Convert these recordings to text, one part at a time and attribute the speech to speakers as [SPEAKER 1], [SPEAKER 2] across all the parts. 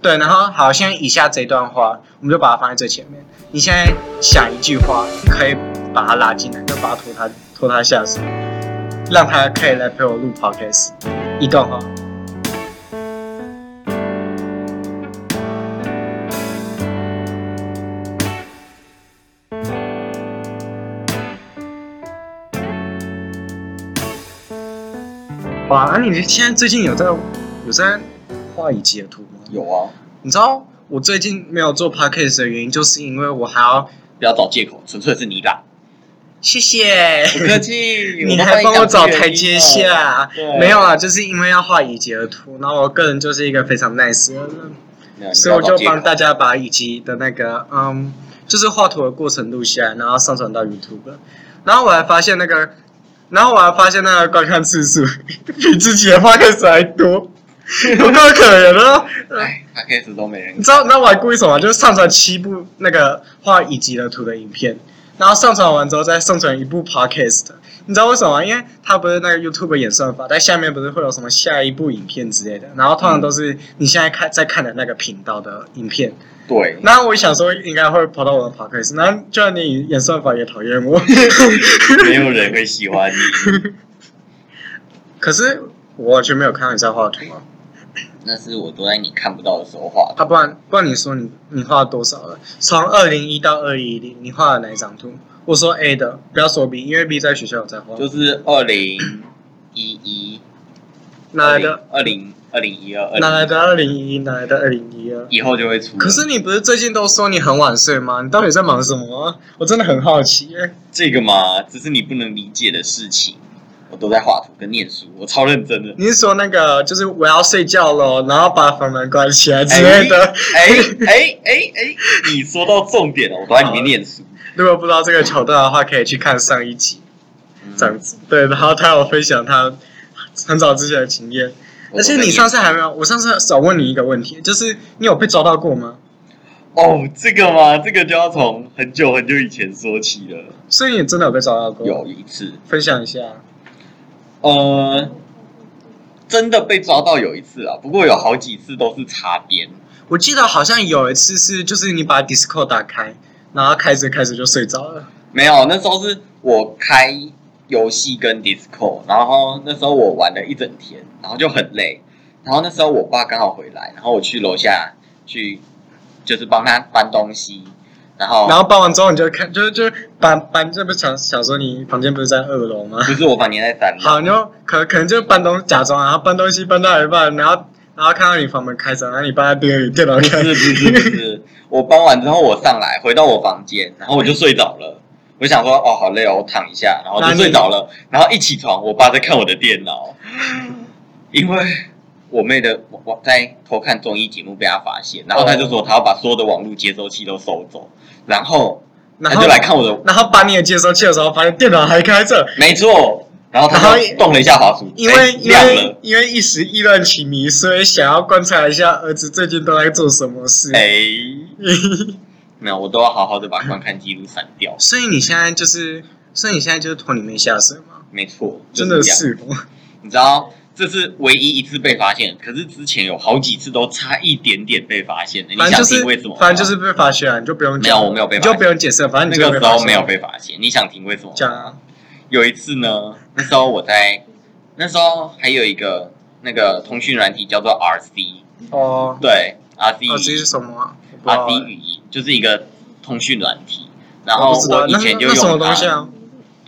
[SPEAKER 1] 对，然后好，现在以下这段话，我们就把它放在最前面。你现在想一句话，可以把他拉进来，就把他拖他拖他下水，让他可以来陪我录 podcast。一段话，哇，那、你现在最近有在有在画以截图吗？
[SPEAKER 2] 有啊，
[SPEAKER 1] 你知道我最近没有做 podcast 的原因，就是因为我还要
[SPEAKER 2] 不要找借口，纯粹是你懒。
[SPEAKER 1] 谢谢
[SPEAKER 2] 不客气，
[SPEAKER 1] 你
[SPEAKER 2] 们
[SPEAKER 1] 还帮
[SPEAKER 2] 帮
[SPEAKER 1] 我
[SPEAKER 2] 你
[SPEAKER 1] 找
[SPEAKER 2] 找
[SPEAKER 1] 台阶下
[SPEAKER 2] 原因哦。对
[SPEAKER 1] 没有啊，就是因为要画乙级的图，然后我个人就是一个非常 nice 的人，
[SPEAKER 2] 没有，嗯你不
[SPEAKER 1] 所以
[SPEAKER 2] 要
[SPEAKER 1] 我
[SPEAKER 2] 找
[SPEAKER 1] 就
[SPEAKER 2] 借口
[SPEAKER 1] 帮大家把乙级的那个嗯，就是画图的过程录下来，然后上传到 YouTube。然后我还发现那个，然后我还发现那个观看次数比自己的 podcast 还 多，有够可怜的。
[SPEAKER 2] 哎，他开始都没人
[SPEAKER 1] 你。知道，那我还故意什么？就是上传七部那个画乙级的图的影片，然后上传完之后再上传一部 podcast。你知道为什么吗？因为它不是那个 YouTube 演算法，在下面不是会有什么下一部影片之类的，然后通常都是你现在看在看的那个频道的影片。
[SPEAKER 2] 对，
[SPEAKER 1] 然后我想说应该会跑到我的 podcast，然后就然你演算法也讨厌我，
[SPEAKER 2] 没有人会喜欢你。
[SPEAKER 1] 可是我完全没有看到你在画图啊。
[SPEAKER 2] 那是我都在你看不到的时候画的。
[SPEAKER 1] 啊，不然不然你说你你画了多少了？从二零一到二一零，你画了哪一张图？我说 A 的，不要说 B，因为 B 在学校有在画。
[SPEAKER 2] 就是二零一一，
[SPEAKER 1] 哪来的？
[SPEAKER 2] 二零二零一二，
[SPEAKER 1] 哪来
[SPEAKER 2] 20
[SPEAKER 1] 的二零一？哪来的二零一二？
[SPEAKER 2] 以后就会出了。
[SPEAKER 1] 可是你不是最近都说你很晚睡吗？你到底在忙什么啊？我真的很好奇耶、
[SPEAKER 2] 这个嘛，只是你不能理解的事情。我都在画图跟念书，我超认真的。
[SPEAKER 1] 你是说那个就是我要睡觉喽，然后把房门关起来之
[SPEAKER 2] 哎
[SPEAKER 1] 类的？
[SPEAKER 2] 哎哎哎哎，你说到重点了，我都在里面念书。
[SPEAKER 1] 如果不知道这个桥段的话，可以去看上一集，这样
[SPEAKER 2] 嗯
[SPEAKER 1] 子。对，然后他有分享他很早之前的经验。而且你上次还没有，我上次少问你一个问题，就是你有被抓到过吗？
[SPEAKER 2] 哦，这个嘛，这个就要从很久很久以前说起了。
[SPEAKER 1] 所以你真的有被抓到过？
[SPEAKER 2] 有一次，
[SPEAKER 1] 分享一下。
[SPEAKER 2] 呃，真的被抓到有一次啊，不过有好几次都是擦边。
[SPEAKER 1] 我记得好像有一次是，就是你把 Discord 打开，然后开着开着就睡着了。
[SPEAKER 2] 没有，那时候是我开游戏跟 Disco，然后那时候我玩了一整天，然后就很累。然后那时候我爸刚好回来，然后我去楼下去，就是帮他搬东西，然后
[SPEAKER 1] 然后搬完之后你就看，就就搬搬，这不是想想说你房间不是在二楼吗？
[SPEAKER 2] 不是我房间在三楼，
[SPEAKER 1] 好，你就可可能就搬东假装啊，然后搬东西搬到一半，然后然后看到你房门开着，然后你搬在电电脑
[SPEAKER 2] 不
[SPEAKER 1] 看
[SPEAKER 2] 是。不是不是，我搬完之后我上来回到我房间，然后我就睡着了。我想说哦好累哦，我躺一下，然后就睡着了。然后一起床，我爸在看我的电脑，因为我妹的我我在偷看综艺节目被他发现，然后他就
[SPEAKER 1] 哦
[SPEAKER 2] 说他要把所有的网络接收器都收走，然后
[SPEAKER 1] 然
[SPEAKER 2] 他
[SPEAKER 1] 后
[SPEAKER 2] 就来看我的，
[SPEAKER 1] 然后把你的接收器的时候，发现电脑还开着，
[SPEAKER 2] 没错，然后
[SPEAKER 1] 然
[SPEAKER 2] 他
[SPEAKER 1] 后
[SPEAKER 2] 就动了一下滑鼠，
[SPEAKER 1] 因为
[SPEAKER 2] 哎
[SPEAKER 1] 因
[SPEAKER 2] 亮
[SPEAKER 1] 为
[SPEAKER 2] 了，
[SPEAKER 1] 因为一时意乱情迷，所以想要观察一下儿子最近都在做什么事。
[SPEAKER 2] 哎， 那哎我都要好好的把观看记录删掉，
[SPEAKER 1] 所以你现在就是，所以你现在就是拖你妹下水吗？
[SPEAKER 2] 没错，就
[SPEAKER 1] 真的
[SPEAKER 2] 这样
[SPEAKER 1] 是哦，
[SPEAKER 2] 你知道这是唯一一次被发现，可是之前有好几次都差一点点被发现哎的。你
[SPEAKER 1] 反正
[SPEAKER 2] 想
[SPEAKER 1] 就是
[SPEAKER 2] 听为什么吗？
[SPEAKER 1] 反正就是被发现了，你就不用
[SPEAKER 2] 没有，
[SPEAKER 1] 讲，
[SPEAKER 2] 我没有被
[SPEAKER 1] 你
[SPEAKER 2] 发
[SPEAKER 1] 就不
[SPEAKER 2] 现。
[SPEAKER 1] 用解释了，反正你
[SPEAKER 2] 那
[SPEAKER 1] 就
[SPEAKER 2] 个
[SPEAKER 1] 被
[SPEAKER 2] 时
[SPEAKER 1] 发
[SPEAKER 2] 候
[SPEAKER 1] 现
[SPEAKER 2] 没有被发现。你想听为什么吗？
[SPEAKER 1] 讲啊，
[SPEAKER 2] 有一次呢，那时候我在，那时候还有一个那个通讯软体叫做 RC，
[SPEAKER 1] 哦。
[SPEAKER 2] 对
[SPEAKER 1] 耳机
[SPEAKER 2] ，RC
[SPEAKER 1] 是什么啊？我不知道
[SPEAKER 2] RC 语音就是一个通讯软体。然
[SPEAKER 1] 我
[SPEAKER 2] 后
[SPEAKER 1] 不知道
[SPEAKER 2] 我以
[SPEAKER 1] 那
[SPEAKER 2] 前就
[SPEAKER 1] 那什么
[SPEAKER 2] 用
[SPEAKER 1] 东
[SPEAKER 2] 它，
[SPEAKER 1] 西啊？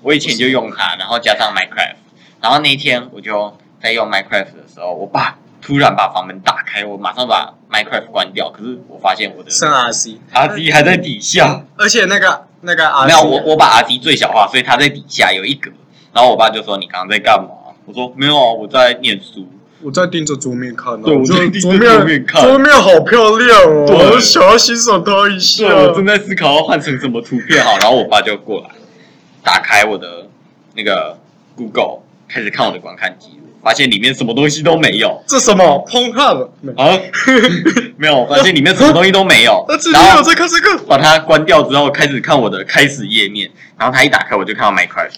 [SPEAKER 2] 我以前就用它，然后加上 Minecraft，然后那一天我就在用 Minecraft 的时候，我爸突然把房门打开，我马上把 Minecraft 关掉，可是我发现我的
[SPEAKER 1] 剩 RC，
[SPEAKER 2] RZ 还在底下，
[SPEAKER 1] 而且那个那个 RC，
[SPEAKER 2] 没有我我把 RZ 最小化，所以它在底下有一格，然后我爸就说你刚刚在干嘛？我说没有啊，我在念书。
[SPEAKER 1] 我在盯着桌面看啊，
[SPEAKER 2] 对我
[SPEAKER 1] 就
[SPEAKER 2] 在盯着
[SPEAKER 1] 桌
[SPEAKER 2] 桌面看
[SPEAKER 1] 桌面好漂亮哦，
[SPEAKER 2] 对
[SPEAKER 1] 我想要欣赏它一下。
[SPEAKER 2] 对，我正在思考要换成什么图片好，然后我爸就过来，打开我的那个 Google，开始看我的观看记录，发现里面什么东西都没有。
[SPEAKER 1] 这什么 p o n h u b
[SPEAKER 2] 啊， 没有，发现里面什么东西都没 有
[SPEAKER 1] 儿子，。你
[SPEAKER 2] 然
[SPEAKER 1] 有
[SPEAKER 2] 后
[SPEAKER 1] 在看这个？
[SPEAKER 2] 把它关掉之后，开始看我的开始页面，然后它一打开我就看到 Minecraft，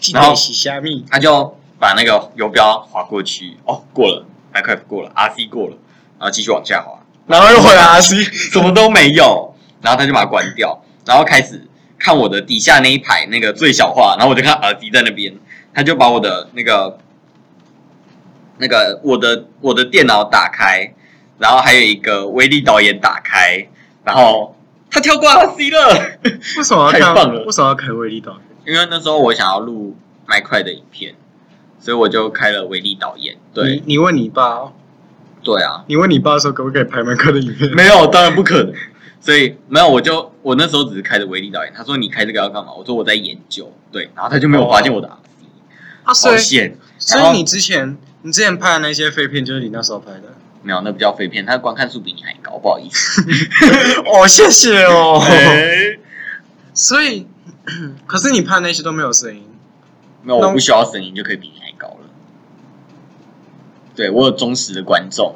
[SPEAKER 1] 记
[SPEAKER 2] 然后
[SPEAKER 1] 得洗虾米。
[SPEAKER 2] 他就把那个游标划过去，哦，过了，Minecraft 过了，RC 过了，然后继续往下滑，
[SPEAKER 1] 然后又回来 RC，
[SPEAKER 2] 什么都没有，然后他就把它关掉，然后开始看我的底下那一排那个最小化，然后我就看耳机在那边，他就把我的那个那个我的我的电脑打开，然后还有一个威力导演打开，然后他跳过 RC 了，
[SPEAKER 1] 为什么要
[SPEAKER 2] 太
[SPEAKER 1] 看？
[SPEAKER 2] 棒了
[SPEAKER 1] 为什么要开威力导演？
[SPEAKER 2] 因为那时候我想要录麦块的影片，所以我就开了威力导演，对
[SPEAKER 1] 你你问你爸哦，
[SPEAKER 2] 对啊，
[SPEAKER 1] 你问你爸说可不可以拍麦克的影片？
[SPEAKER 2] 没有，当然不可能。所以没有，我就我那时候只是开着威力导演，他说你开这个要干嘛？我说我在研究，对，然后他就没有发现我的 RC，
[SPEAKER 1] 啊，哦所
[SPEAKER 2] 好
[SPEAKER 1] 以
[SPEAKER 2] 险，
[SPEAKER 1] 所
[SPEAKER 2] 然后
[SPEAKER 1] 以你之前你之前拍的那些废片就是你那时候拍 的。
[SPEAKER 2] 没有，那不叫废片，他的观看数比你还高，不好意思。
[SPEAKER 1] 哦，谢谢哦
[SPEAKER 2] 哎
[SPEAKER 1] 所以， 可是你拍那些都没有声音。
[SPEAKER 2] 没有，
[SPEAKER 1] 那
[SPEAKER 2] 我不需要声音就可以比你还高了。对我有忠实的观众，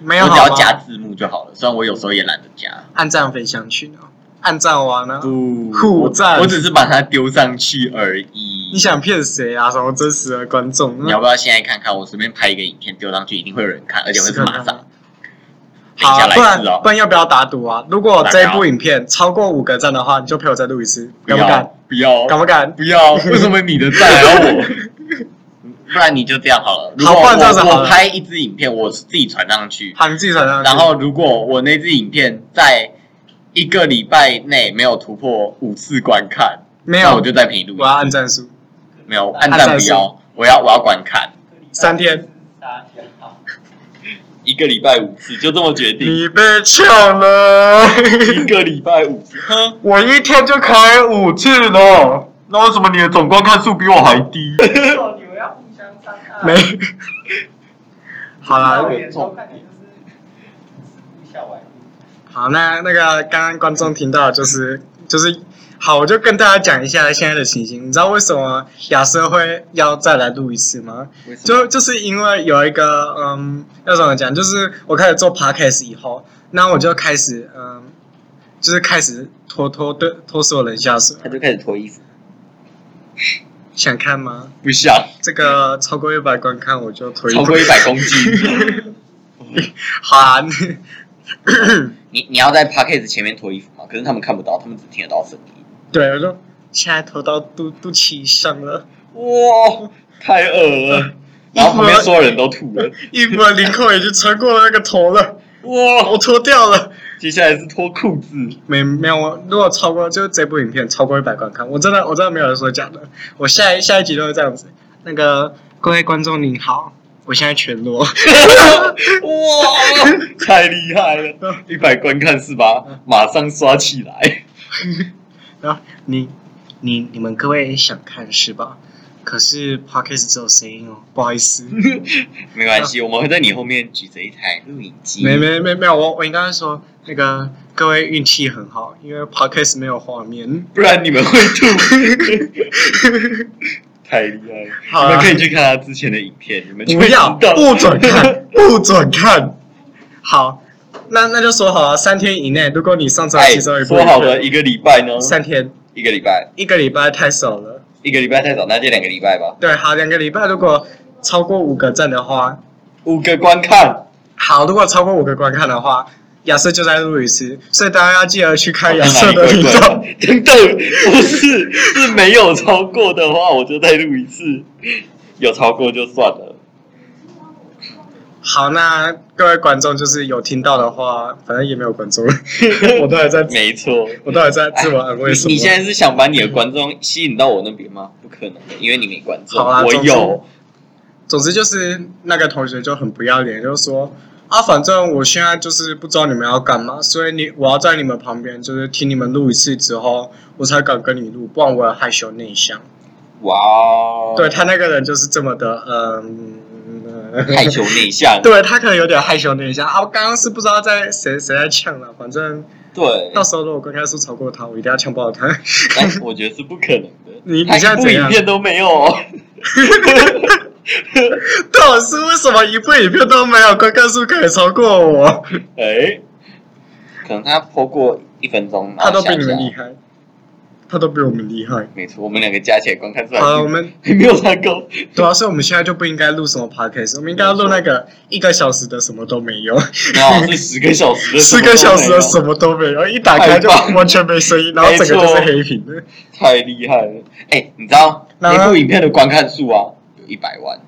[SPEAKER 1] 没有
[SPEAKER 2] 我
[SPEAKER 1] 好
[SPEAKER 2] 只要
[SPEAKER 1] 吗
[SPEAKER 2] 加字幕就好了，虽然我有时候也懒得加。
[SPEAKER 1] 按赞分享群哦，按赞完了，
[SPEAKER 2] 不
[SPEAKER 1] 互赞
[SPEAKER 2] 我只是把它丢上去而已。
[SPEAKER 1] 你想骗谁啊？什么真实的观众？
[SPEAKER 2] 你要不要现在看看？我随便拍一个影片丢上去，一定会有人看，而且会是马上。等
[SPEAKER 1] 啊嗯好
[SPEAKER 2] 一下
[SPEAKER 1] 啊，
[SPEAKER 2] 来
[SPEAKER 1] 不然
[SPEAKER 2] 一次哦
[SPEAKER 1] 不。然要不要打赌啊？如果
[SPEAKER 2] 打
[SPEAKER 1] 这
[SPEAKER 2] 赌
[SPEAKER 1] 部影片超过五个赞的话，你就陪我再录一次，
[SPEAKER 2] 不
[SPEAKER 1] 敢不
[SPEAKER 2] 要
[SPEAKER 1] 敢？
[SPEAKER 2] 不要
[SPEAKER 1] 敢不敢？
[SPEAKER 2] 不要！为什么你的赞还要我？ 不然你就这样好了。如果
[SPEAKER 1] 好不
[SPEAKER 2] 我
[SPEAKER 1] 然这样子好了
[SPEAKER 2] 我拍一支影片，我自己传上去，
[SPEAKER 1] 好，你自己传啊上去。
[SPEAKER 2] 然后如果我那支影片在一个礼拜内没有突破五次观看，
[SPEAKER 1] 没
[SPEAKER 2] 那我
[SPEAKER 1] 有，
[SPEAKER 2] 就再嗯评论
[SPEAKER 1] 我。要按赞数。
[SPEAKER 2] 没有按
[SPEAKER 1] 按
[SPEAKER 2] 赞
[SPEAKER 1] 赞
[SPEAKER 2] 不
[SPEAKER 1] 数
[SPEAKER 2] 要，我要我要观看。
[SPEAKER 1] 三天，
[SPEAKER 2] 一个礼拜五次，就这么决 定。
[SPEAKER 1] 你被抢了，
[SPEAKER 2] 一个礼拜五次， 哼，
[SPEAKER 1] 我一天就开五次了。
[SPEAKER 2] 那为什么你的总观看数比我还低？
[SPEAKER 3] 你们要互相伤害。
[SPEAKER 1] 没， 好
[SPEAKER 3] 那
[SPEAKER 1] 啦
[SPEAKER 3] 我，眼中看你就是笑歪。
[SPEAKER 1] 好，那那个刚刚观众听到的就是就是，好，我就跟大家讲一下现在的情形。你知道为什么亚瑟会要再来录一次吗？就就是因为有一个嗯，要怎么讲？就是我开始做 podcast 以后，那我就开始嗯，就是开始拖拖对拖所有人下水。
[SPEAKER 2] 他就开始脱衣服，
[SPEAKER 1] 想看吗？
[SPEAKER 2] 不 像
[SPEAKER 1] 这个超过一百观看我就推。
[SPEAKER 2] 超过一百公斤。
[SPEAKER 1] 好啊，
[SPEAKER 2] 你你要在 p a c k a g e 前面脱衣服吗？可是他们看不到，他们只听得到声音。
[SPEAKER 1] 对，我就现在拖到肚肚脐以上了，
[SPEAKER 2] 哇，太恶了！然后旁边所有人都吐了。
[SPEAKER 1] 一抹领口已经穿过了那个头了。
[SPEAKER 2] 哇，
[SPEAKER 1] 我脱掉了。
[SPEAKER 2] 接下来是脱裤子。
[SPEAKER 1] 没没有，我如果超过就是这部影片超过一百观看，我真的我真的没有人说假的。我下一下一集都是这样子。那个各位观众您好，我现在全裸，
[SPEAKER 2] 哇，太厉害了！一百观看是吧？马上刷起来。
[SPEAKER 1] 然后你你你们各位想看是吧？可是 podcast 只有声音哦，不好意思。
[SPEAKER 2] 没关系，我们会在你后面举着一台录影机。
[SPEAKER 1] 没没没没有，我我应该说那个各位运气很好，因为 podcast 没有画面。
[SPEAKER 2] 不然你们会 吐。太厉害了！
[SPEAKER 1] 好
[SPEAKER 2] 你
[SPEAKER 1] 啊
[SPEAKER 2] 们可以去看他之前的影片，你们 就
[SPEAKER 1] 不
[SPEAKER 2] 会知
[SPEAKER 1] 要，
[SPEAKER 2] 道
[SPEAKER 1] 不准 看，不准看。好，那那就说好了，三天以内，如果你上传
[SPEAKER 2] 哎
[SPEAKER 1] 其中一部
[SPEAKER 2] 说
[SPEAKER 1] 影片，
[SPEAKER 2] 好的一个礼拜呢？
[SPEAKER 1] 啊三天，
[SPEAKER 2] 一个礼拜，
[SPEAKER 1] 一个礼拜太少了。
[SPEAKER 2] 一个礼拜太少，那就两个礼拜吧。
[SPEAKER 1] 对，好，两个礼拜如果超过五个赞的话，
[SPEAKER 2] 五个观看，
[SPEAKER 1] 好，如果超过五个观看的话，亚瑟就在录一次，所以大家要记得去看亚瑟
[SPEAKER 2] 哪
[SPEAKER 1] 的频道。
[SPEAKER 2] 等等，不是，是没有超过的话，我就再录一次；有超过就算了。
[SPEAKER 1] 好，那各位观众就是有听到的话，反正也没有观众了， 我到底在
[SPEAKER 2] 没错。
[SPEAKER 1] 我到底在自我安慰什么？
[SPEAKER 2] 你你现在是想把你的观众吸引到我那边吗？不可能的，因为你没观众，
[SPEAKER 1] 好啦
[SPEAKER 2] 我
[SPEAKER 1] 总之
[SPEAKER 2] 有。
[SPEAKER 1] 总之就是那个同学就很不要脸，就说啊，反正我现在就是不知道你们要干嘛，所以你我要在你们旁边，就是听你们录一次之后，我才敢跟你录，不然我很害羞内向。
[SPEAKER 2] 哇哦，
[SPEAKER 1] 对他那个人就是这么的，嗯。
[SPEAKER 2] 害羞内向，
[SPEAKER 1] 对他可能有点害羞内向啊，我刚刚是不知道在谁谁在呛了，反正
[SPEAKER 2] 对，
[SPEAKER 1] 到时候如果公开数超过他，我一定要呛爆他。
[SPEAKER 2] 但我觉得是不可能的。
[SPEAKER 1] 你你
[SPEAKER 2] 他
[SPEAKER 1] 现在
[SPEAKER 2] 一部
[SPEAKER 1] 怎
[SPEAKER 2] 影
[SPEAKER 1] 样？
[SPEAKER 2] 片都没有哦，
[SPEAKER 1] 到底是为什么一部影片都没有观看数可以超过我？
[SPEAKER 2] 哎，可能他播过一分钟，
[SPEAKER 1] 他都比你
[SPEAKER 2] 然后下
[SPEAKER 1] 们
[SPEAKER 2] 架
[SPEAKER 1] 厉害。他都比我们厉害。
[SPEAKER 2] 没错，我们两个加起来观看数还
[SPEAKER 1] 好了，我
[SPEAKER 2] 是
[SPEAKER 1] 们
[SPEAKER 2] 还没有他高。
[SPEAKER 1] 主要是我们现在就不应该录什么 podcast，我们应该要录那个一个小时的什么都没有，
[SPEAKER 2] 然后是十个小时的，
[SPEAKER 1] 四个小时的什么都没有，一打开就
[SPEAKER 2] 太棒
[SPEAKER 1] 完全没声音，然后整个就是黑屏的。
[SPEAKER 2] 太厉害了！哎、你知道
[SPEAKER 1] 然后
[SPEAKER 2] 那部影片的观看数啊，有一百万，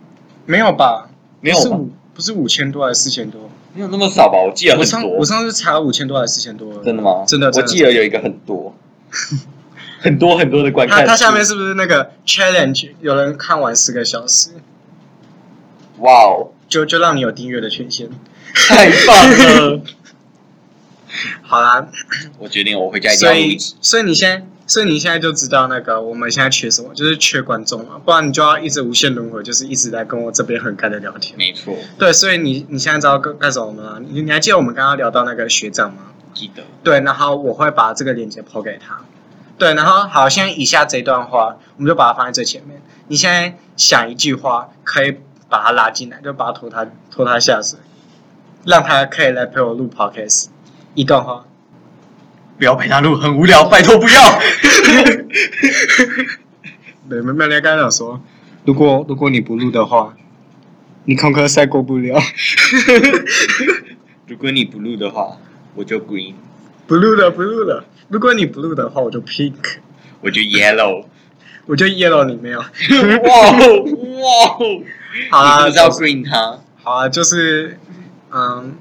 [SPEAKER 1] 没有吧？
[SPEAKER 2] 没有
[SPEAKER 1] 是
[SPEAKER 2] 吧
[SPEAKER 1] 五不是五千多还是四千多？
[SPEAKER 2] 没有那么少吧？我记得
[SPEAKER 1] 我
[SPEAKER 2] 很
[SPEAKER 1] 上
[SPEAKER 2] 多
[SPEAKER 1] 我，上次查五千多还是四千多了？
[SPEAKER 2] 真的吗？
[SPEAKER 1] 真的
[SPEAKER 2] 我
[SPEAKER 1] 真的
[SPEAKER 2] 记得有一个很 多，很多很多的观看
[SPEAKER 1] 他
[SPEAKER 2] 数。
[SPEAKER 1] 他下面是不是那个 challenge？有人看完四个小时，
[SPEAKER 2] 哇哦，
[SPEAKER 1] 就就让你有订阅的权限。
[SPEAKER 2] 太棒 了！
[SPEAKER 1] 好啦，
[SPEAKER 2] 我决定我回家一定
[SPEAKER 1] 所
[SPEAKER 2] 要录一
[SPEAKER 1] 以
[SPEAKER 2] 集。
[SPEAKER 1] 所以你现在所以你现在就知道那个我们现在缺什么，就是缺观众嘛，不然你就要一直无限轮回，就是一直在跟我这边很干的聊天。
[SPEAKER 2] 没错，
[SPEAKER 1] 对，所以你你现在知道干干什么吗？你你还记得我们刚刚聊到那个学长吗？
[SPEAKER 2] 记得
[SPEAKER 1] 对，然后我会把这个链接抛给他。对，然后好，现在以下这段话，我们就把它放在最前面。你现在想一句话，可以把他拉进来，就把他拖他拖他下水，让他可以来陪我录 podcast。一段话，
[SPEAKER 2] 不要陪他录，很无聊，拜托不要。
[SPEAKER 1] 没没没，人家刚刚讲说，如果如果你不录的话，你空科赛过不了，
[SPEAKER 2] 如果你不录的话，我就 green，
[SPEAKER 1] 不录了不录了。如果你不录的话，我就 pink，
[SPEAKER 2] 我就 yellow。
[SPEAKER 1] 我就 yellow 你没有。
[SPEAKER 2] 哇哦哇哦！
[SPEAKER 1] 好啦，
[SPEAKER 2] 你是不是要 green 他？
[SPEAKER 1] 好啊，就是，嗯，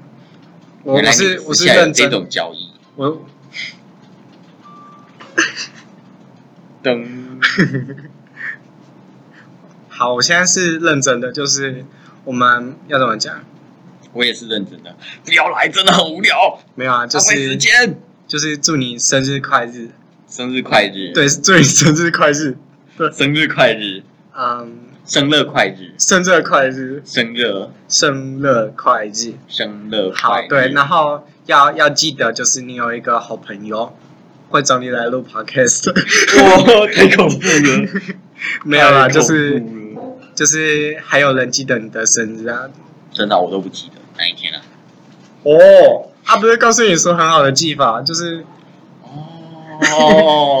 [SPEAKER 1] 我
[SPEAKER 2] 原来
[SPEAKER 1] 我
[SPEAKER 2] 你
[SPEAKER 1] 是
[SPEAKER 2] 私
[SPEAKER 1] 我是
[SPEAKER 2] 下有
[SPEAKER 1] 认
[SPEAKER 2] 这
[SPEAKER 1] 真，
[SPEAKER 2] 种交易。
[SPEAKER 1] 我
[SPEAKER 2] 噔，
[SPEAKER 1] 好，我现在是认真的，就是我们要怎么讲？
[SPEAKER 2] 我也是认真的，不要来，真的很无聊，
[SPEAKER 1] 没有啊，就
[SPEAKER 2] 浪费时
[SPEAKER 1] 是
[SPEAKER 2] 间。
[SPEAKER 1] 就是祝你生日快日，
[SPEAKER 2] 生日快日，，
[SPEAKER 1] 对，祝你生日快日，
[SPEAKER 2] 生日快日，
[SPEAKER 1] 嗯，
[SPEAKER 2] 生日快日，
[SPEAKER 1] 生日快日，
[SPEAKER 2] 生日
[SPEAKER 1] 生日快日，
[SPEAKER 2] 生日
[SPEAKER 1] 好
[SPEAKER 2] 快日。，
[SPEAKER 1] 对，然后要要记得，就是你有一个好朋友会找你来录 podcast，
[SPEAKER 2] 哇，太恐怖了，
[SPEAKER 1] 没有啦，
[SPEAKER 2] 太恐怖
[SPEAKER 1] 就是
[SPEAKER 2] 了
[SPEAKER 1] 就是还有人记得你的生日啊，
[SPEAKER 2] 真的我都不记得哪一天了。啊
[SPEAKER 1] 哦，他不是告诉你说很好的技法，就是
[SPEAKER 2] 哦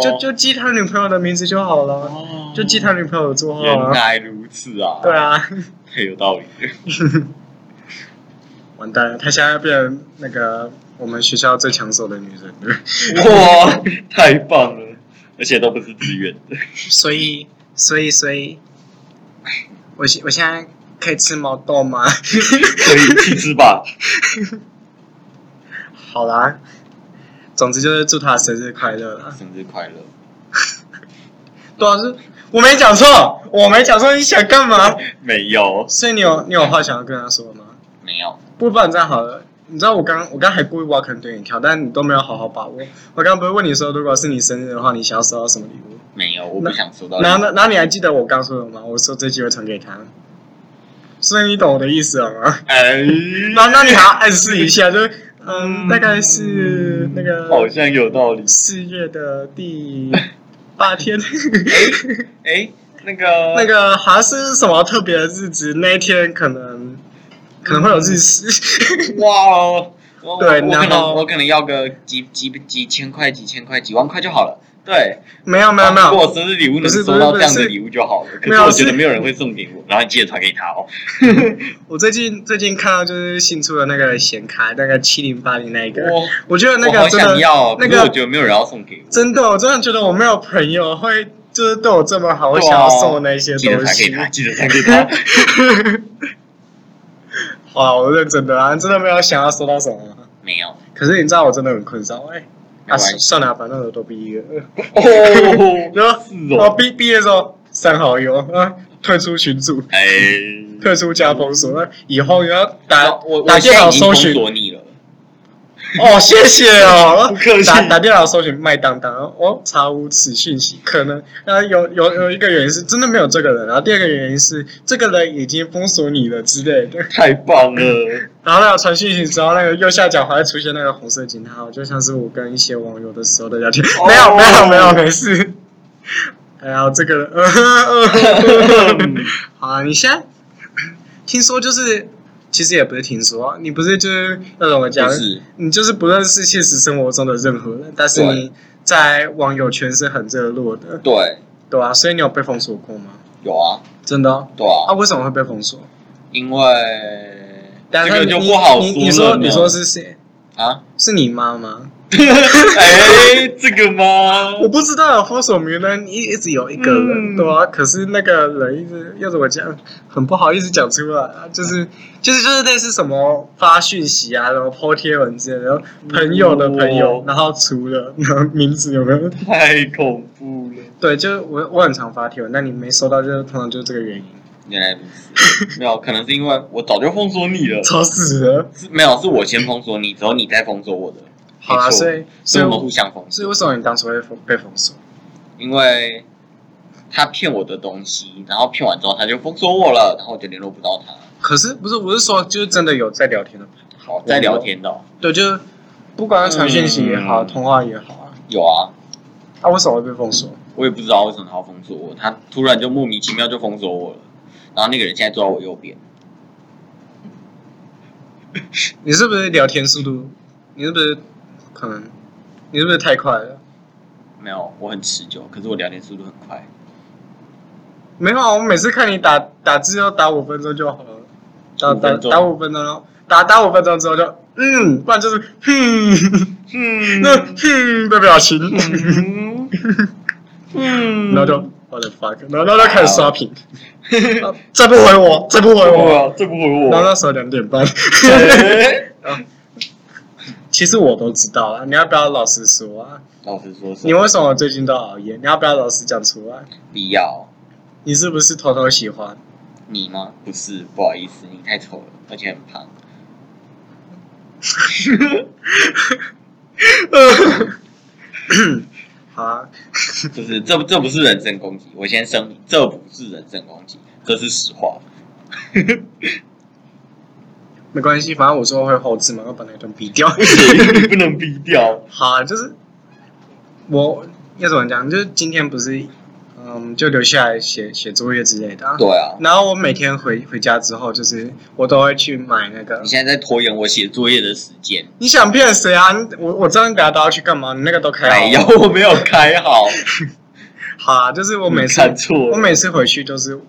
[SPEAKER 1] 就就记他女朋友的名字就好了，
[SPEAKER 2] 哦
[SPEAKER 1] 就记他女朋友的绰
[SPEAKER 2] 原
[SPEAKER 1] 号啊。
[SPEAKER 2] 来如此啊！
[SPEAKER 1] 对，啊，
[SPEAKER 2] 太有道理了。
[SPEAKER 1] 完蛋了，他现在变成那个我们学校最抢手的女人了。
[SPEAKER 2] 哇，太棒了！而且都不是自愿的。
[SPEAKER 1] 所以，所以，所以，我现我现在可以吃毛豆吗？
[SPEAKER 2] 所以去吃吧。
[SPEAKER 1] 好啦，总之就是祝他生日快乐啦。
[SPEAKER 2] 生日快乐！
[SPEAKER 1] 对啊，是我没讲错，我没讲错，你想干嘛？
[SPEAKER 2] 没有，
[SPEAKER 1] 所以你有你有话想要跟他说吗？
[SPEAKER 2] 没有，
[SPEAKER 1] 不，不然这样好了。你知道我刚我刚还故意挖坑对你跳，但你都没有好好把握。我刚刚不是问你说，如果是你生日的话，你想要收到什么礼物？
[SPEAKER 2] 没有，我不想收到。
[SPEAKER 1] 然后呢，然后你还记得我刚说的吗？我说这机会传给他，所以你懂我的意思了吗？
[SPEAKER 2] 哎，
[SPEAKER 1] 然后那你还 要暗示一下，就是嗯，大概是那
[SPEAKER 2] 好
[SPEAKER 1] 个
[SPEAKER 2] 像有道理。
[SPEAKER 1] 四月的 第八天，
[SPEAKER 2] 哎，那 个
[SPEAKER 1] 那，个好像是什么特别的日子，那一天可能可能会有
[SPEAKER 2] 嗯
[SPEAKER 1] 日食。
[SPEAKER 2] 哇哦！我
[SPEAKER 1] 对
[SPEAKER 2] 我可
[SPEAKER 1] 然后
[SPEAKER 2] 能我可能要个几几几千块、几千块、几万块就好了。对，
[SPEAKER 1] 没有没有没
[SPEAKER 2] 如
[SPEAKER 1] 有
[SPEAKER 2] 果，我生日礼物
[SPEAKER 1] 不
[SPEAKER 2] 能
[SPEAKER 1] 是
[SPEAKER 2] 收到
[SPEAKER 1] 不是不
[SPEAKER 2] 这样
[SPEAKER 1] 是
[SPEAKER 2] 的礼物就好了。可
[SPEAKER 1] 没
[SPEAKER 2] 是
[SPEAKER 1] 有
[SPEAKER 2] 我觉得
[SPEAKER 1] 是
[SPEAKER 2] 没有人会送给我，然后你记得传给他哦。
[SPEAKER 1] 我最近最近看到就是新出的那个显卡，那个七零八零那一个，
[SPEAKER 2] 我
[SPEAKER 1] 我觉得那
[SPEAKER 2] 我
[SPEAKER 1] 个
[SPEAKER 2] 好
[SPEAKER 1] 真
[SPEAKER 2] 想
[SPEAKER 1] 的
[SPEAKER 2] 要哦，
[SPEAKER 1] 那
[SPEAKER 2] 可
[SPEAKER 1] 个
[SPEAKER 2] 是我觉得没有人要送给我。
[SPEAKER 1] 真的，我真的觉得我没有朋友会就是对我这么好，我
[SPEAKER 2] 对啊
[SPEAKER 1] 想要送我那些
[SPEAKER 2] 记得
[SPEAKER 1] 东
[SPEAKER 2] 传给
[SPEAKER 1] 西。
[SPEAKER 2] 他，记得传给他。
[SPEAKER 1] 好啊，我认真的啊，真的没有想要收到什么。啊
[SPEAKER 2] 没有，
[SPEAKER 1] 可是你知道我真的很困扰哎、
[SPEAKER 2] 没
[SPEAKER 1] 啊，
[SPEAKER 2] 关系。
[SPEAKER 1] 算了，反正我都毕业了。
[SPEAKER 2] 哦，
[SPEAKER 1] 然后
[SPEAKER 2] 是
[SPEAKER 1] 我
[SPEAKER 2] 哦，
[SPEAKER 1] 毕毕业之后删好友啊，退出群组，
[SPEAKER 2] 哎，
[SPEAKER 1] 退出加封锁，那以后你要打
[SPEAKER 2] 哦我
[SPEAKER 1] 打
[SPEAKER 2] 我现
[SPEAKER 1] 电
[SPEAKER 2] 在
[SPEAKER 1] 脑
[SPEAKER 2] 已经
[SPEAKER 1] 搜
[SPEAKER 2] 封
[SPEAKER 1] 寻
[SPEAKER 2] 锁你了，
[SPEAKER 1] 哦，谢谢哦
[SPEAKER 2] 不。客气
[SPEAKER 1] 打打电脑搜寻麦当当，哦，查无此讯息。可能啊，有有有一个原因是真的没有这个人，然后第二个原因是这个人已经封锁你了之类的。
[SPEAKER 2] 太棒了，
[SPEAKER 1] 然后那个传讯息之后，那个右下角还会出现那个红色惊叹号，就像是我跟一些网友的时候的聊天。
[SPEAKER 2] 哦
[SPEAKER 1] 没有没有没有，没事。哎呀，这个人，呃呵呵呵好啊，你现在听说就是，其实也不是听说，你不是就是要怎么讲
[SPEAKER 2] 就？是
[SPEAKER 1] 你就是不认识现实生活中的任何人，但是
[SPEAKER 2] 对
[SPEAKER 1] 你在网友圈是很热络的，
[SPEAKER 2] 对，
[SPEAKER 1] 对啊，所以你有被封锁过吗？
[SPEAKER 2] 有啊，
[SPEAKER 1] 真的哦、
[SPEAKER 2] 对啊，
[SPEAKER 1] 啊，为什么会被封锁？
[SPEAKER 2] 因为
[SPEAKER 1] 但
[SPEAKER 2] 这
[SPEAKER 1] 是
[SPEAKER 2] 个
[SPEAKER 1] 你
[SPEAKER 2] 就不好
[SPEAKER 1] 你你说
[SPEAKER 2] 了呢。
[SPEAKER 1] 你说是谁？
[SPEAKER 2] 啊？
[SPEAKER 1] 是你妈吗？
[SPEAKER 2] 哎，这个吗？
[SPEAKER 1] 我不知道封锁名单一一直有一个人，
[SPEAKER 2] 嗯
[SPEAKER 1] 对啊，可是那个人一直要怎么讲，很不好意思讲出来啊，就是就是就是类似什么发讯息啊，然后抛贴文之类的，然后朋友的朋友，
[SPEAKER 2] 哦
[SPEAKER 1] 然后除了然后名字有没有？
[SPEAKER 2] 太恐怖了。
[SPEAKER 1] 对，就是我我很常发贴文，那你没收到就是通常就是这个原因，
[SPEAKER 2] 原来如此，没有，可能是因为我早就封锁你了，
[SPEAKER 1] 吵死了。
[SPEAKER 2] 是没有，是我先封锁你，之后你再封锁我的。
[SPEAKER 1] 好啊，
[SPEAKER 2] 没错嗯
[SPEAKER 1] 所以所以
[SPEAKER 2] 所以我们
[SPEAKER 1] 我
[SPEAKER 2] 互相封
[SPEAKER 1] 所以
[SPEAKER 2] 锁，
[SPEAKER 1] 为什么你当初会封被封锁？
[SPEAKER 2] 因为他骗我的东西，然后骗完之后他就封锁我了，然后我就联络不到他。
[SPEAKER 1] 可是不是我是说就是真的有在聊天的朋友，
[SPEAKER 2] 好，在聊天的哦、
[SPEAKER 1] 对，就是不管是传讯息也好，
[SPEAKER 2] 嗯
[SPEAKER 1] 通话也好啊，
[SPEAKER 2] 有啊，
[SPEAKER 1] 啊为什么会被封锁？
[SPEAKER 2] 我也不知道为什么他要封锁我，他突然就莫名其妙就封锁我了。然后那个人现在坐在我右边，
[SPEAKER 1] 你是不是聊天速度？你是不是可能？你是不是太快了？
[SPEAKER 2] 没有，我很持久，可是我聊天速度很快。
[SPEAKER 1] 没有啊，我每次看你打打字要打五分钟就好了，打
[SPEAKER 2] 五
[SPEAKER 1] 打
[SPEAKER 2] 分钟
[SPEAKER 1] 打五分钟，然后打打五分钟之后就嗯，不然就是哼，
[SPEAKER 2] 嗯
[SPEAKER 1] 那哼的表情，
[SPEAKER 2] 嗯嗯
[SPEAKER 1] 然后就 what the fuck，然后然后就开始刷屏， 啊再不回我，再不回我，
[SPEAKER 2] 这不回
[SPEAKER 1] 然后 那时候两点半。
[SPEAKER 2] 哎
[SPEAKER 1] 其实我都知道啊了，你要不要老实说啊？
[SPEAKER 2] 老实说是，
[SPEAKER 1] 你为什么最近都熬夜？你要不要老实讲出来？
[SPEAKER 2] 必要
[SPEAKER 1] 你是不是偷偷喜 欢？
[SPEAKER 2] 你吗？不是，不好意思，你太丑了，而且很胖。
[SPEAKER 1] 好啊，
[SPEAKER 2] 就是这这不是人身攻击，我先声明，这不是人身攻击，这是实 话。
[SPEAKER 1] 没关系，反正我说会后置嘛，我把那段 逼掉。
[SPEAKER 2] 不行，你不能逼掉。
[SPEAKER 1] 好啊，就是我要怎么讲？就是今天不是，嗯，就留下来写写作业之类的、啊。
[SPEAKER 2] 对啊，
[SPEAKER 1] 然后我每天回回家之后，就是我都会去买那个
[SPEAKER 2] 你。现在在拖延我写作业的时间。
[SPEAKER 1] 你想骗谁啊？你我我知道你等下都要去干嘛，你那个都开好
[SPEAKER 2] 没
[SPEAKER 1] 了
[SPEAKER 2] 有，我没有开好。
[SPEAKER 1] 好啊，就是 我
[SPEAKER 2] 我
[SPEAKER 1] 每次
[SPEAKER 2] 看错
[SPEAKER 1] 我
[SPEAKER 2] 了。
[SPEAKER 1] 每次回去就是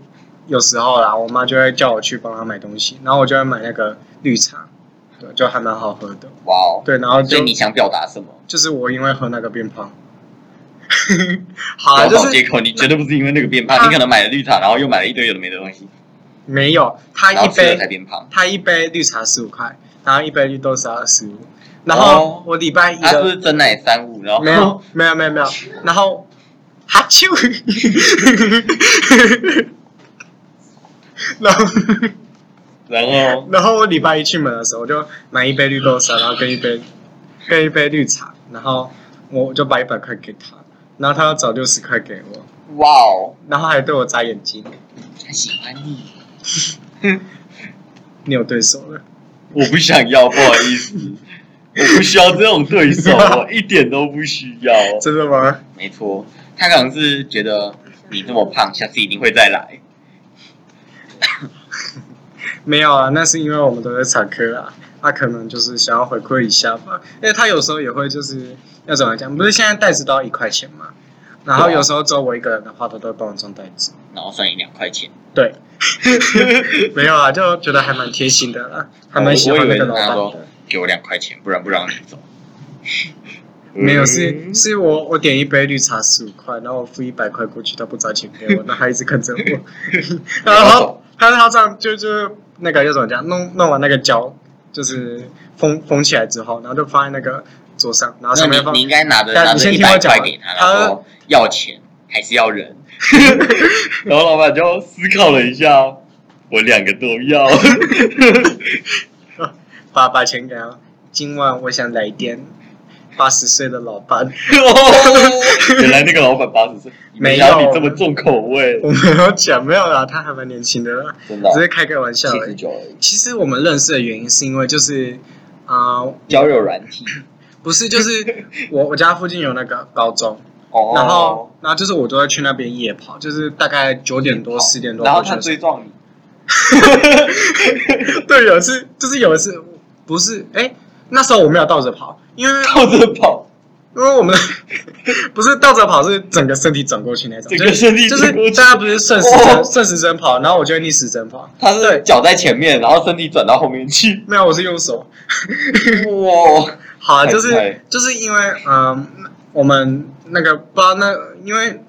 [SPEAKER 1] 有时候啦，我妈就会叫我去帮她买东西，然后我就会买那个绿茶，对，就还蛮好喝的。
[SPEAKER 2] 哇哦！
[SPEAKER 1] 对，然后就
[SPEAKER 2] 所以你想表达什么？
[SPEAKER 1] 就是我因为喝那个变胖。 好啊，
[SPEAKER 2] 找
[SPEAKER 1] 就
[SPEAKER 2] 找借
[SPEAKER 1] 是啊
[SPEAKER 2] 口，你绝对不是因为那个变胖，你可能买了绿茶，然后又买了一堆有的没的东西，
[SPEAKER 1] 没有，她
[SPEAKER 2] 然
[SPEAKER 1] 啊一
[SPEAKER 2] 后吃了才
[SPEAKER 1] 杯
[SPEAKER 2] 变胖。
[SPEAKER 1] 她一杯绿茶十五块，然后一杯绿豆沙二十五，然后
[SPEAKER 2] 哦啊
[SPEAKER 1] 我礼拜一
[SPEAKER 2] 他是不
[SPEAKER 1] 的
[SPEAKER 2] 是真奶三五？然后
[SPEAKER 1] 没有没有没有没有，然后哈啾， 然后。
[SPEAKER 2] 然 后
[SPEAKER 1] 然后我礼拜一去门的时候，我就买一杯绿豆沙，然后跟一杯跟一杯绿茶，然后我就把一百块给他，然后他要找六十块给我，
[SPEAKER 2] 哇哦，
[SPEAKER 1] 然后还对我眨眼睛，
[SPEAKER 2] 他喜欢你。
[SPEAKER 1] 你有对手了。
[SPEAKER 2] 我不想要，不好意思，我不需要这种对 手，我一点都不需要。
[SPEAKER 1] 真的吗？
[SPEAKER 2] 没错，他可能是觉得你这么胖，下次一定会再来。
[SPEAKER 1] 没有啊，那是因为我们都在产科啊，他、可能就是想要回馈一下吧，因为他有时候也会就是要怎么讲，不是现在袋子都要一块钱嘛，然后有时候只有我一个人的话，他都会帮我装袋子。
[SPEAKER 2] 然后算你两块钱，
[SPEAKER 1] 对， 没有啊，就觉得还蛮贴心的啦，还蛮喜欢那个老板
[SPEAKER 2] 我以为
[SPEAKER 1] 的。
[SPEAKER 2] 给我两块钱，不然不让你走。
[SPEAKER 1] 没有，
[SPEAKER 2] 嗯
[SPEAKER 1] 是是我我点一杯绿茶十五块，然后我付一百块过去，他不找钱给我，那他一直跟着我， 然后他他这样就就那个叫怎么讲，弄弄完那个胶就是封封起来之后，然后就放在那个桌上，然后
[SPEAKER 2] 那
[SPEAKER 1] 上面
[SPEAKER 2] 你
[SPEAKER 1] 放
[SPEAKER 2] 你应该拿着
[SPEAKER 1] 但
[SPEAKER 2] 拿
[SPEAKER 1] 你
[SPEAKER 2] 着
[SPEAKER 1] 先
[SPEAKER 2] 一
[SPEAKER 1] 听我
[SPEAKER 2] 百
[SPEAKER 1] 讲啊
[SPEAKER 2] 块
[SPEAKER 1] 完
[SPEAKER 2] 给他，
[SPEAKER 1] 他
[SPEAKER 2] 然后要钱还是要人？ 然后老板就思考了一下，我两个都要。
[SPEAKER 1] 把把钱给他。今晚我想来一点八十岁的老板，
[SPEAKER 2] 原来那个老板八十岁，
[SPEAKER 1] 哦没有
[SPEAKER 2] 想到你这么重口味，
[SPEAKER 1] 我没有讲没有啦，他还蛮年轻的啦，
[SPEAKER 2] 真的啊
[SPEAKER 1] 只是开个玩笑
[SPEAKER 2] 七
[SPEAKER 1] 而
[SPEAKER 2] 十
[SPEAKER 1] 已。
[SPEAKER 2] 九而已。
[SPEAKER 1] 其实我们认识的原因是因为就是啊、呃
[SPEAKER 2] 交友软体
[SPEAKER 1] 不是，就是 我我家附近有那个高中，
[SPEAKER 2] 哦
[SPEAKER 1] 然后然后就是我都会去那边夜跑，就是大概九点多
[SPEAKER 2] 好
[SPEAKER 1] 十点多
[SPEAKER 2] 然后
[SPEAKER 1] 回
[SPEAKER 2] 他
[SPEAKER 1] 学
[SPEAKER 2] 追
[SPEAKER 1] 校。
[SPEAKER 2] 撞你，
[SPEAKER 1] 对，有一次就是有一次不是哎、那时候我没有倒着跑，因为
[SPEAKER 2] 靠着跑，
[SPEAKER 1] 因为我们 不是倒着跑，是整个身体转过去那种，
[SPEAKER 2] 整个身体
[SPEAKER 1] 就
[SPEAKER 2] 转过
[SPEAKER 1] 是
[SPEAKER 2] 去
[SPEAKER 1] 大家不是顺时针
[SPEAKER 2] 哦
[SPEAKER 1] 顺时针跑，然后我就会逆时针跑。
[SPEAKER 2] 他是
[SPEAKER 1] 对
[SPEAKER 2] 脚在前面，然后身体转到后面去。
[SPEAKER 1] 没有，我是右手。
[SPEAKER 2] 哇，
[SPEAKER 1] 好啊，
[SPEAKER 2] 太
[SPEAKER 1] 就是
[SPEAKER 2] 太
[SPEAKER 1] 就是因为嗯，我们那个不知道那因为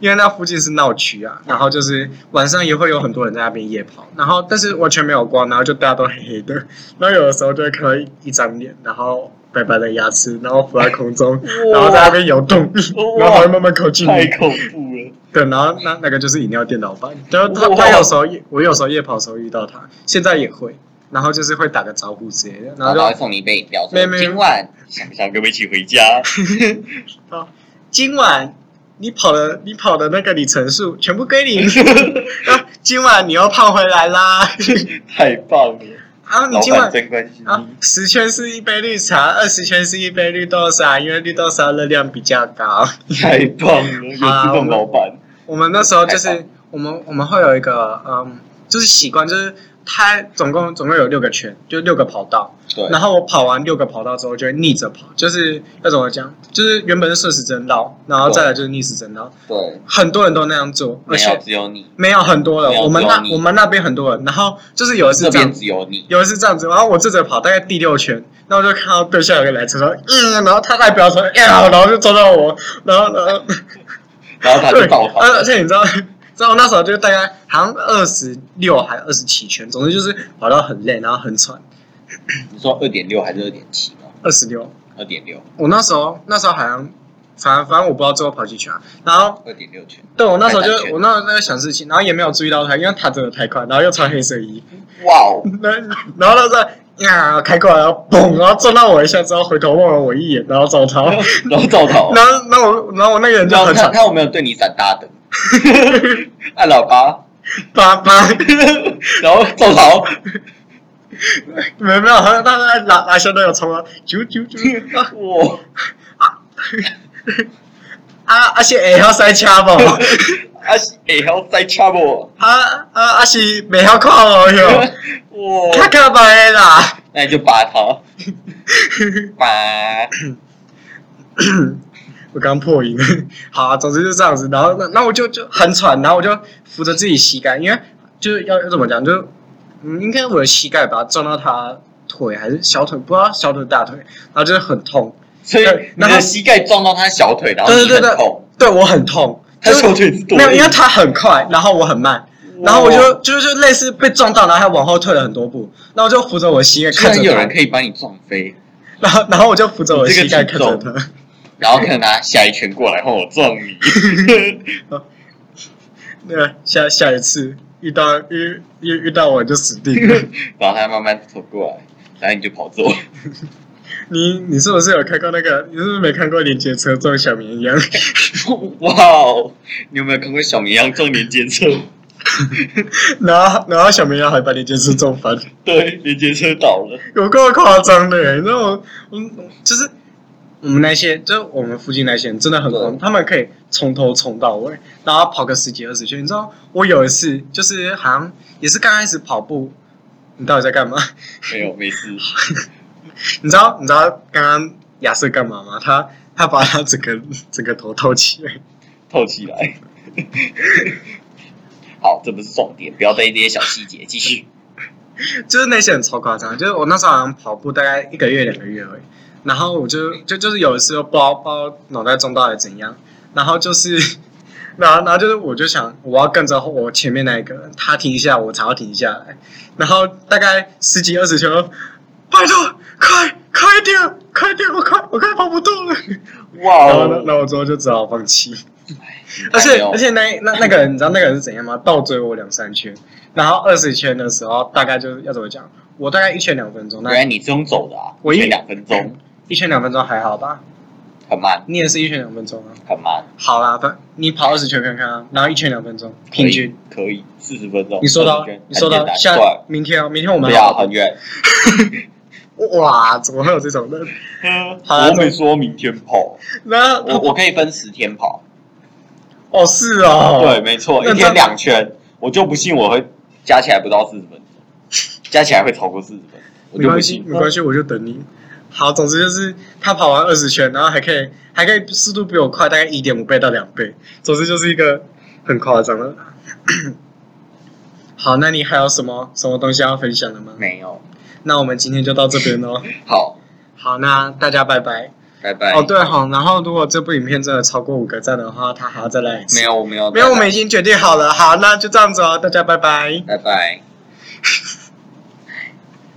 [SPEAKER 1] 因为那附近是闹区啊，然后就是晚上也会有很多人在那边夜跑，然后但是完全没有光，然后就大家都黑黑的，然后有的时候就会看到一一张脸，然后白白的牙齿，然后浮在空中，然后在那边游动，然后还会慢慢靠近
[SPEAKER 2] 太
[SPEAKER 1] 你。
[SPEAKER 2] 恐怖了！
[SPEAKER 1] 对，然后那那个就是饮料店老板，然后他
[SPEAKER 2] 哇
[SPEAKER 1] 他有时候夜我有时候夜跑的时候遇到他，现在也会，然后就是会打个招呼之类的，然
[SPEAKER 2] 然
[SPEAKER 1] 后
[SPEAKER 2] 后
[SPEAKER 1] 就
[SPEAKER 2] 他会送你一杯饮料，
[SPEAKER 1] 没
[SPEAKER 2] 说
[SPEAKER 1] 没
[SPEAKER 2] 今晚想不想跟我一起回家？
[SPEAKER 1] 今晚你跑的你跑的那个里程数全部归 零，啊今晚你又胖回来啦。
[SPEAKER 2] 太棒了！
[SPEAKER 1] 啊，你
[SPEAKER 2] 老
[SPEAKER 1] 今
[SPEAKER 2] 板
[SPEAKER 1] 晚
[SPEAKER 2] 真关心
[SPEAKER 1] 啊
[SPEAKER 2] 你，
[SPEAKER 1] 十圈是一杯绿茶，二十圈是一杯绿豆沙，因为绿豆沙热量比较高。
[SPEAKER 2] 太棒了！有这种老板，
[SPEAKER 1] 我们那时候就
[SPEAKER 2] 太
[SPEAKER 1] 是我们我们会有一个嗯，就是习惯，就是它总共总共有六个圈，就六个跑道。
[SPEAKER 2] 对，
[SPEAKER 1] 然后我跑完六个跑道之后，就会逆着跑，就是要怎么讲，就是原本是顺时针绕，然后再来就是逆时针绕。
[SPEAKER 2] 对，
[SPEAKER 1] 很多人都那样做，而
[SPEAKER 2] 没有
[SPEAKER 1] 且
[SPEAKER 2] 只有你，
[SPEAKER 1] 没有很多
[SPEAKER 2] 没
[SPEAKER 1] 人，
[SPEAKER 2] 有
[SPEAKER 1] 我们
[SPEAKER 2] 只有
[SPEAKER 1] 那
[SPEAKER 2] 你
[SPEAKER 1] 我们那边很多人，然后就是有一次
[SPEAKER 2] 这
[SPEAKER 1] 这样
[SPEAKER 2] 边，只有你，
[SPEAKER 1] 有一次这样子，然后我这着跑大概第六圈，然后我就看到对象有个来车说，嗯，然后他还不要说，呀，然后就撞到我，然后然后
[SPEAKER 2] 然后他
[SPEAKER 1] 对，呃
[SPEAKER 2] 就倒跑。
[SPEAKER 1] 而而且你知道，知道我那时候就大概好像二十六还二十七圈，总之就是跑到很累，然后很喘，
[SPEAKER 2] 你说二点六还是二点七吗？
[SPEAKER 1] 二十六，
[SPEAKER 2] 二点六，
[SPEAKER 1] 我那时候那时候好像，反正反正我不知道最后跑几圈啊，然后
[SPEAKER 2] 二点六圈。
[SPEAKER 1] 对，我那时候就
[SPEAKER 2] 太胆怯
[SPEAKER 1] 我那时候在想事情，然后也没有注意到他，因为他走的太快，然后又穿黑色衣服，
[SPEAKER 2] 哇哦！
[SPEAKER 1] 然后然后他说呀开过来，然后嘣，然后撞到我一下之后，回头望了我一眼，然后走逃，然后
[SPEAKER 2] 然后 照逃，
[SPEAKER 1] 然后我然后我那个人就
[SPEAKER 2] 然后
[SPEAKER 1] 很
[SPEAKER 2] 他
[SPEAKER 1] 惨，
[SPEAKER 2] 他有没有对你闪大灯？按喇叭，
[SPEAKER 1] 叭叭，
[SPEAKER 2] 然后照逃。
[SPEAKER 1] 没有没有，他他他拿拿香都有冲啊，啾啾啾啊
[SPEAKER 2] 哇！
[SPEAKER 1] 啊啊是会晓塞车无？
[SPEAKER 2] 啊是会晓塞车无？
[SPEAKER 1] 啊啊啊是袂晓看无哟？卡
[SPEAKER 2] 哇！
[SPEAKER 1] 卡白的啦。
[SPEAKER 2] 那你就拔 他，拔。
[SPEAKER 1] 我刚破音， 好、啊，总之就这样子。然后那那我就就很喘，然后我就扶着自己膝盖，因为就是要要怎么讲，就嗯，应该我的膝盖吧撞到他腿还是小腿，不知道小腿大腿，然后就是很痛，
[SPEAKER 2] 所以
[SPEAKER 1] 对
[SPEAKER 2] 你
[SPEAKER 1] 然后
[SPEAKER 2] 的膝盖撞到他小腿，然后
[SPEAKER 1] 对
[SPEAKER 2] 你
[SPEAKER 1] 对
[SPEAKER 2] 很
[SPEAKER 1] 对
[SPEAKER 2] 痛。
[SPEAKER 1] 对我很痛，
[SPEAKER 2] 他
[SPEAKER 1] 就是
[SPEAKER 2] 小腿是多
[SPEAKER 1] 没有，因为
[SPEAKER 2] 硬
[SPEAKER 1] 他很快，然后我很慢，然后我就就就类似被撞到，然后还往后退了很多步，然后我就扶着我膝盖
[SPEAKER 2] 居
[SPEAKER 1] 看
[SPEAKER 2] 然
[SPEAKER 1] 着
[SPEAKER 2] 有人
[SPEAKER 1] 他，
[SPEAKER 2] 可以把你撞飞，
[SPEAKER 1] 然后然后我就扶着我
[SPEAKER 2] 你这
[SPEAKER 1] 膝
[SPEAKER 2] 个
[SPEAKER 1] 盖
[SPEAKER 2] 体
[SPEAKER 1] 看着
[SPEAKER 2] 重
[SPEAKER 1] 他，
[SPEAKER 2] 然后看他下一拳过来换我撞你。
[SPEAKER 1] 对，下下一次遇到遇遇遇到我就死定了。
[SPEAKER 2] 然后他慢慢走过来，然后你就跑走。
[SPEAKER 1] 你你是不是有看过那个？你是不是没看过连接车撞小绵羊？
[SPEAKER 2] 哇哦！你有没有看过小绵羊撞连接车？
[SPEAKER 1] 然后然后小绵羊还把连接车撞翻，
[SPEAKER 2] 对，连接车倒了。
[SPEAKER 1] 有够夸张的耶！你知道我，嗯，就是我们那些，就是我们附近那些人真的很狂，
[SPEAKER 2] 对
[SPEAKER 1] 他们可以从头冲到尾，然后跑个十几二十圈。你知道我有一次就是好像也是刚开始跑步，你到底在干嘛？
[SPEAKER 2] 没有，没事。
[SPEAKER 1] 你知道你知道刚刚亚瑟干嘛吗？他他把他整个整个头套起来。
[SPEAKER 2] 透起来。 好，这不是重点，不要在意这些小细节，继续。
[SPEAKER 1] 就是那些人超夸张，就是我那时候好像跑步大概一个月两个月而已，然后我就就就是有一次又不知道不知道脑袋中到底怎样，然后就是， 然后然后就是我就想我要跟着我前面那一个人，他停一下我才要停下来，然后大概十几二十圈，拜托快快点快点我快我快跑不动了，
[SPEAKER 2] 哇哦
[SPEAKER 1] 然后那那我之后就只好放弃。而且而且那那那个人，你知道那个人是怎样吗？倒追我两三圈，然后二十圈的时候，大概就是要怎么讲？我大概一圈两分钟，
[SPEAKER 2] 原来
[SPEAKER 1] 那
[SPEAKER 2] 你这种走的啊，
[SPEAKER 1] 我
[SPEAKER 2] 我
[SPEAKER 1] 一
[SPEAKER 2] 一圈两分钟，
[SPEAKER 1] 一圈两分钟还好吧？
[SPEAKER 2] 很慢，
[SPEAKER 1] 你也是一圈两分钟啊？
[SPEAKER 2] 很慢，
[SPEAKER 1] 好啦，反你跑二十圈看看啊，然后一圈两分钟
[SPEAKER 2] 可以
[SPEAKER 1] 平均。
[SPEAKER 2] 可以四十分钟。
[SPEAKER 1] 你说到
[SPEAKER 2] 40分钟
[SPEAKER 1] 你说
[SPEAKER 2] 很
[SPEAKER 1] 到
[SPEAKER 2] 简单
[SPEAKER 1] 下
[SPEAKER 2] 对
[SPEAKER 1] 明天啊，明天我们
[SPEAKER 2] 不要很远。
[SPEAKER 1] 哇，怎么会有这种人？好啦
[SPEAKER 2] 我没说明天跑，
[SPEAKER 1] 然后
[SPEAKER 2] 我我可以分十天跑。
[SPEAKER 1] 哦是哦，
[SPEAKER 2] 对，，没错，
[SPEAKER 1] 那
[SPEAKER 2] 一
[SPEAKER 1] 这样
[SPEAKER 2] 天两圈，我就不信我会加起来不到四十分钟，加起来会超过四十分，我
[SPEAKER 1] 没
[SPEAKER 2] 就不
[SPEAKER 1] 关系
[SPEAKER 2] 信。
[SPEAKER 1] 没关系，我就等你。好，总之就是他跑完二十圈，然后还可以还可以速度比我快，大概一点五倍到两倍。总之就是一个很夸张的。好，那你还有什么什么东西要分享的吗？
[SPEAKER 2] 没有，
[SPEAKER 1] 那我们今天就到这边喽。
[SPEAKER 2] 好，
[SPEAKER 1] 好，那大家拜拜。
[SPEAKER 2] 拜拜。
[SPEAKER 1] 哦，对好，然后如果这部影片真的超过五个赞的话，他还要再来一次。
[SPEAKER 2] 没有，我没有，
[SPEAKER 1] 没有，我
[SPEAKER 2] 拜拜
[SPEAKER 1] 们已经决定好了。好，那就这样子哦，大家拜拜。
[SPEAKER 2] 拜拜。